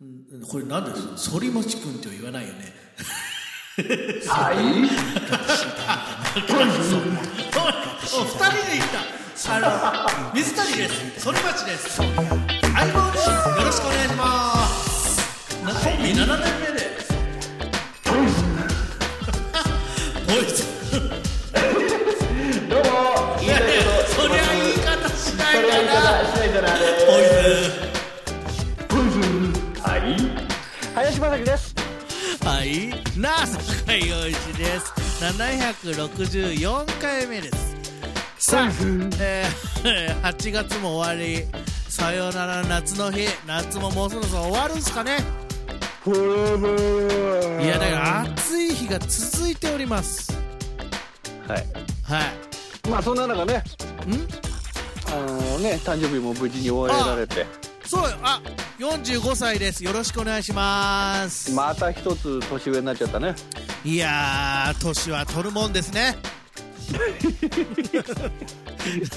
うんこれなんだよ反町君って言わないよねはいお二人で行ったあの水谷です反町です相棒ですよろしくお願いしますなコンビ7年 目でポイズンどうもいやいやそりゃ言い方しないかなしないからあれポイズンはい林正樹です。はい、なあ、坂井陽一です。764回目です。さあ、えー、8月 も終わり、さよなら夏の日、夏ももうそろそろ終わるんすかねいや、だから暑い日が続いております。はい。はい。まあそんな中ね、んあのね誕生日も無事に終えられて、そうよ、あ、45歳です。よろしくお願いします。また一つ年上になっちゃったね。いやー、年は取るもんですね。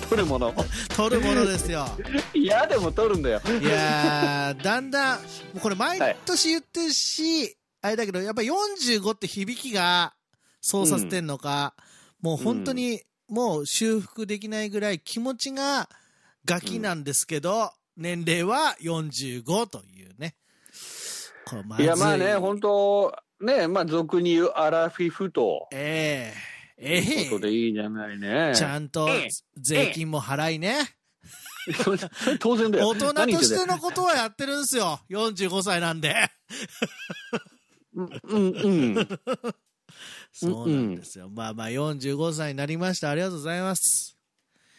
取るもの。取るものですよ。いやでも取るんだよ。いやー、だんだん、もうこれ毎年言ってるし、あれだけど、やっぱ45って響きがそうさせてんのか、もう本当に、もう修復できないぐらい気持ちがガキなんですけど、年齢は45というね。これまずいいやまあね本当ねまあ俗に言うアラフィフと。ええええことでいいじゃないね。ちゃんと税金も払いね。それそれ 当然だよ。大人とし何言てってのことはやってるんすよ。45歳なんで。たようんうん。そうなんですよ。まあまあ、45歳になりました。ありがとうございます。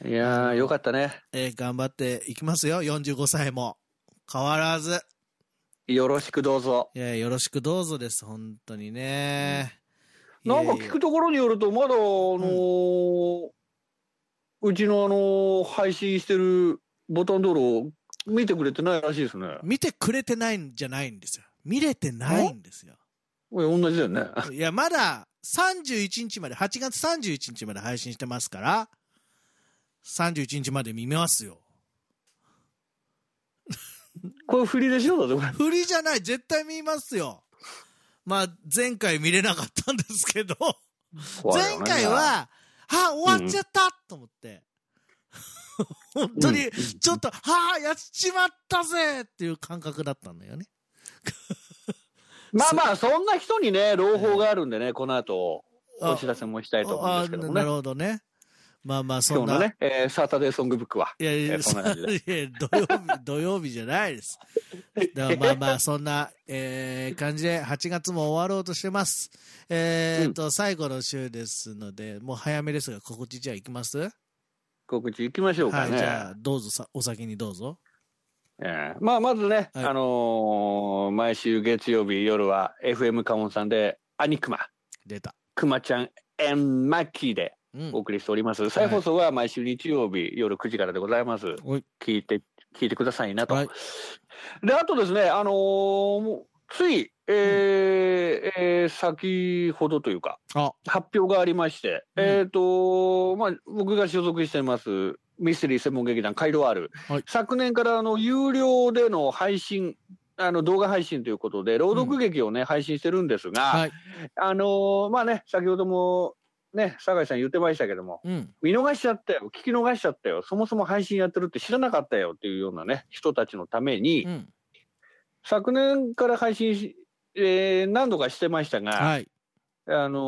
いやーよかったね。えー頑張っていきますよ。45歳も。変わらず。よろしくどうぞ。いや、よろしくどうぞです。本当にね。なんか聞くところによると、まだ、あのーうちの、あのー配信してるボタン道路、見てくれてないらしいですね。見てくれてないんじゃないんですよ。見れてないんですよ。これ同じだよね。 いや、まだ31日まで、8月31日まで配信してますから、31日まで見ますよ。これ振りでしょだってこれ。振りじゃない。絶対見ますよ。まあ、前回見れなかったんですけど。 前回、は、あ、終わっちゃった、と思って。本当に、ちょっと、はあ、やっちまったぜっていう感覚だったんだよね。まあまあ、そんな人にね、朗報があるんでね、この後、あお知らせもしたいと思うんあですけどもなねる。ほどね。まあまあ、そ今ん日のな。ね、えーサタデーソングブックは。いやいえや、ーそんな感じ いでや土曜日、土曜日じゃないです。だからまあまあ、そんな、えー感じで、8月も終わろうとしてます。えっと、最後の週ですので、もう早めですが、告知じゃあ行きます、告知行きましょうはかい、ね。じゃあ、どうぞさ、お先にどうぞ。えーまあ、まずね、はいあのー毎週月曜日夜は FM カモンさんで、アニクマ、出た。クマちゃん、エンマッキーで、うんお。送りしております。再放送は毎週日曜日夜9時からでございます。はい聞いて、聞いてくださいなと。はいで、あとですね、あのーもうつい、えーえー先ほどというか、あ、発表がありまして、うんえっ、と、まあ、僕が所属しています、ミステリー専門劇団カイロアール。はい昨年から、あの、有料での配信、あの、動画配信ということで、朗読劇をね、配信してるんですが、はい。あのーまあね、先ほども、ね、酒井さん言ってましたけども、うん。見逃しちゃったよ、聞き逃しちゃったよ、そもそも配信やってるって知らなかったよっていうようなね、人たちのために、うん。昨年から配信し、えー何度かしてましたが、はい。あの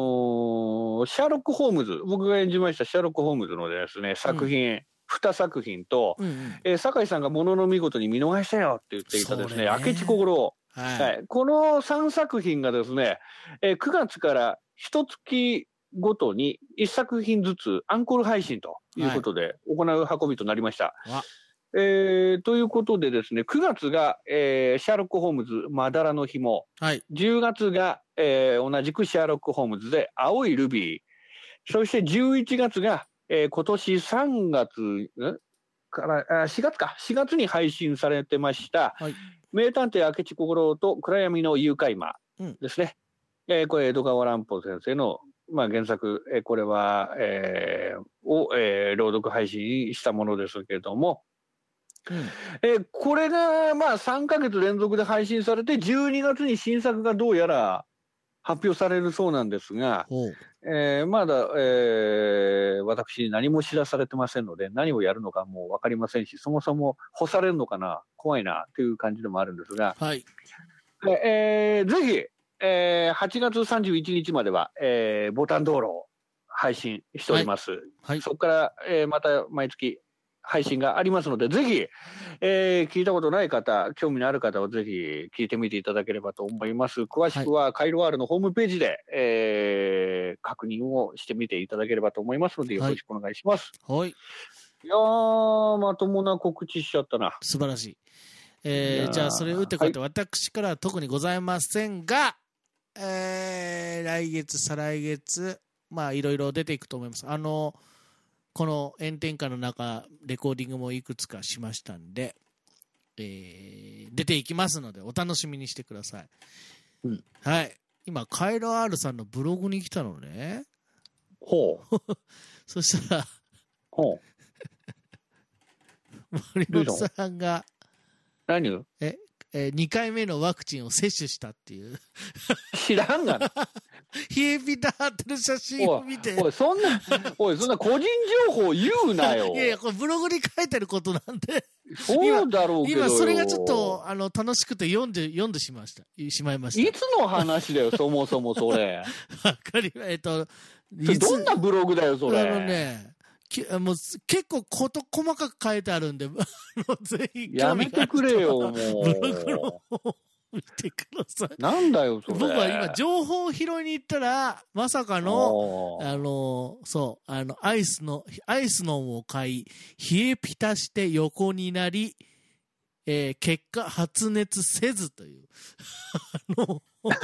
ーシャーロック・ホームズ、僕が演じましたシャーロック・ホームズのですね、作品、二2作品と、うんうん。えー酒井さんがものの見事に見逃したよって言っていたですそね、れね明智小五郎、は。はいい、この3作品がですね、えー9月から1月ごとに1作品ずつアンコール配信ということで行う運びとなりました。わえーということでですね、9月が、えーシャーロック・ホームズ、まだらの紐。はい。 10月が、えー同じくシャーロック・ホームズで、青いルビー。そして11月が、えー今年3月、んから、あ4月か、4月に配信されてました、はい名探偵明智小五郎と暗闇の誘拐魔うんですね。えーこれ、江戸川乱歩先生の、まあ、原作、えーこれは、えーを、えー朗読配信したものですけれども、えーこれが、まあ、3ヶ月連続で配信されて、12月に新作がどうやら発表されるそうなんですが、おうえーまだ、えー私何も知らされてませんので、何をやるのかもう分かりませんし、そもそも干されるのかな、怖いなという感じでもあるんですが、はい。えーぜひ、えー8月31日までは、えーボタン道路を配信しております。はい。そこから、えーまた毎月配信がありますので、ぜひ、えー聞いたことない方、興味のある方はぜひ聞いてみていただければと思います。詳しくは、カイロワールのホームページで、えー確認をしてみていただければと思いますので、よろしくお願いします。はい。い、やー、まともな告知しちゃったな。素晴らしい。いえやー、ーじゃあ、それを打ってこいって、私からは特にございませんが、えー、来月、再来月、まあ、いろいろ出ていくと思います。あの、この炎天下の中、レコーディングもいくつかしましたんで、えー、出ていきますので、お楽しみにしてください。うんはい。今、カイロ R さんのブログに来たのね。ほう。そした ら、ほう。森本さんが、何え2回目のワクチンを接種したっていう、 知らんがな。冷えピタ張ってる写真を見て、おい、そんな、おい、そんな個人情報言うな よい。やいや、これブログに書いてることなんで、そうだろうけどよ今それがちょっと、あの、楽しくて読んで、読んでしました。しまいまいしつの話だよ、そもそもそれ。た。わかりま、えっ と、それどんなブログだよ、あそれ。のね、きもう結構こと細かく書いてあるんで、あ のぜひや興め味があてる人くはれよ、もブログのう。方を見てください。なんだよ、それ。僕は今、情報を拾いに行ったら、まさかの、おーあのーそう、あの、アイスの、アイスのんを買い、冷えピタして横になり、えー結果、発熱せずという。 あの、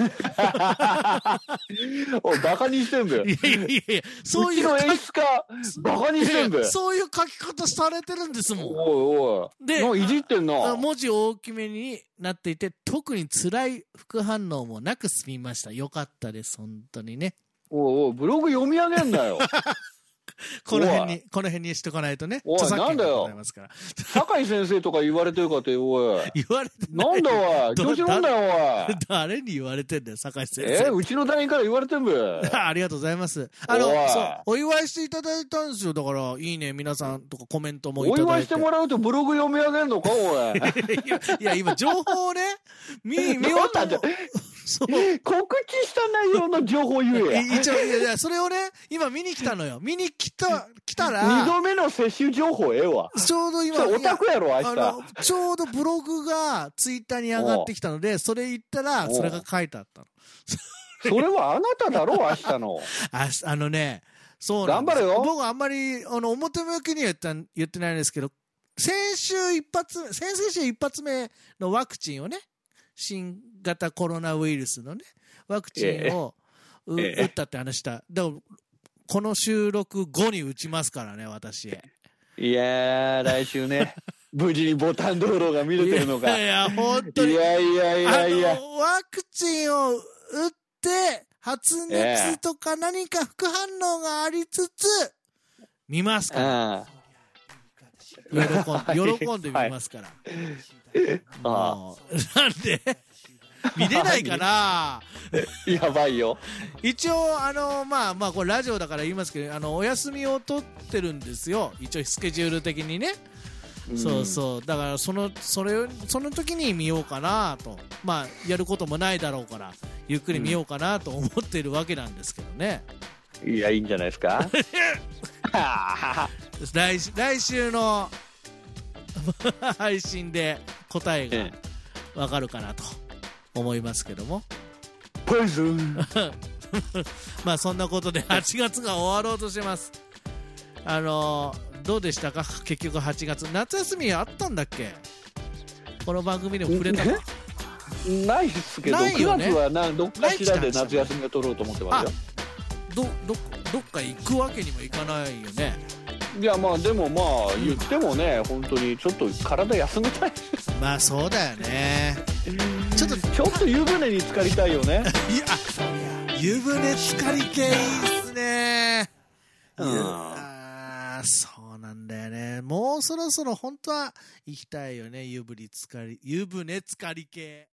おい、バカにしてんいべ。やいやいやいや、そうういうち書のき演出家、バカにしてんいべや。そういう書き方されてるんですもん。おいおい。でなんかいじってんな。あ文字大きめになっていて、特に辛い副反応もなく済みました。よかったです、本当にね。おいおい、ブログ読み上げん なよ。この辺に、この辺にしとかないとね。おい著作な権んだがよございますから。酒井先生とか言われてるかって、おい。言われてなないんだおい、ど調子乗んなよ、おい。 誰に言われてんだよ、酒井先生。えうちの団員から言われてんべ。 あありがとうございます。あの、おいそう、お祝いしていただいたんですよ。だから、いいね、皆さんとかコメント もいたおだいて。祝いしてもらうとブログ読み上げんのか、お い。いやいや、今、情報をね、 見、見ようとなんだ思っうて。そう。 告知した内容の情報を言えや。い一応、いやいや、それをね、今見に来たのよ。見に来た、来た二ら、度目の接種情報ええわ。ちょうど今、それオいやタクやろ、あいつあら。の、ちょうどブログがツイッターに上がってきたので、それ言ったら、おうそれが書いてあったの。それはあなただろ、明日の。ああのね、そうなんです頑張れよ僕あんまり、あの、表向きには言ったん言ってないんですけど、先週一発目、先々週一発目のワクチンをね、新型コロナウイルスのね、ワクチンを、うええ打ったって話した。でも、この収録後に打ちますからね、私。 いいやー、来週ね、 無事にボタン道路が見れてるのか。やいいや、 本当に。やいやいやいあや。の、ワクチンを打って、発熱とか何か副反応がありつつ、見ますから。あ喜ん喜んでみますから。あもうなんで見れないかなあ、やばいよ。一応、あの、まあまあ、これラジオだから言いますけど、あの、お休みを取ってるんですよ。一応、スケジュール的にね。そうそう。だから、その、それを、その時に見ようかなと。まあ、やることもないだろうから、ゆっくり見ようかなと思っているわけなんですけどね。うん。いや、いいんじゃないで すか。来週、来週の 配信で答えがえわかるかなと思いますけども。ポイズン。まあそんなことで 8月が終わろうとしてます。あのーどうでしたか結局8月。夏休みあったんだっけこの番組でも触れたかないっすけど、ないよ9ね月はなどっかしらない期間でです夏休みを取ろうと思ってますよ。ど、ど、どっか行くわけにもいかないよね。いや、まあ、でもまあ、言ってもね、本当にちょっと体休めたい。まあそうだよね。ちょっと、いちょっと湯船に浸かりたいよね。や、湯船浸かり系いいっすね。ああーそうなんだよね。もうもそろそろ本当は行きたいよね。湯船つかり、湯船つかり系。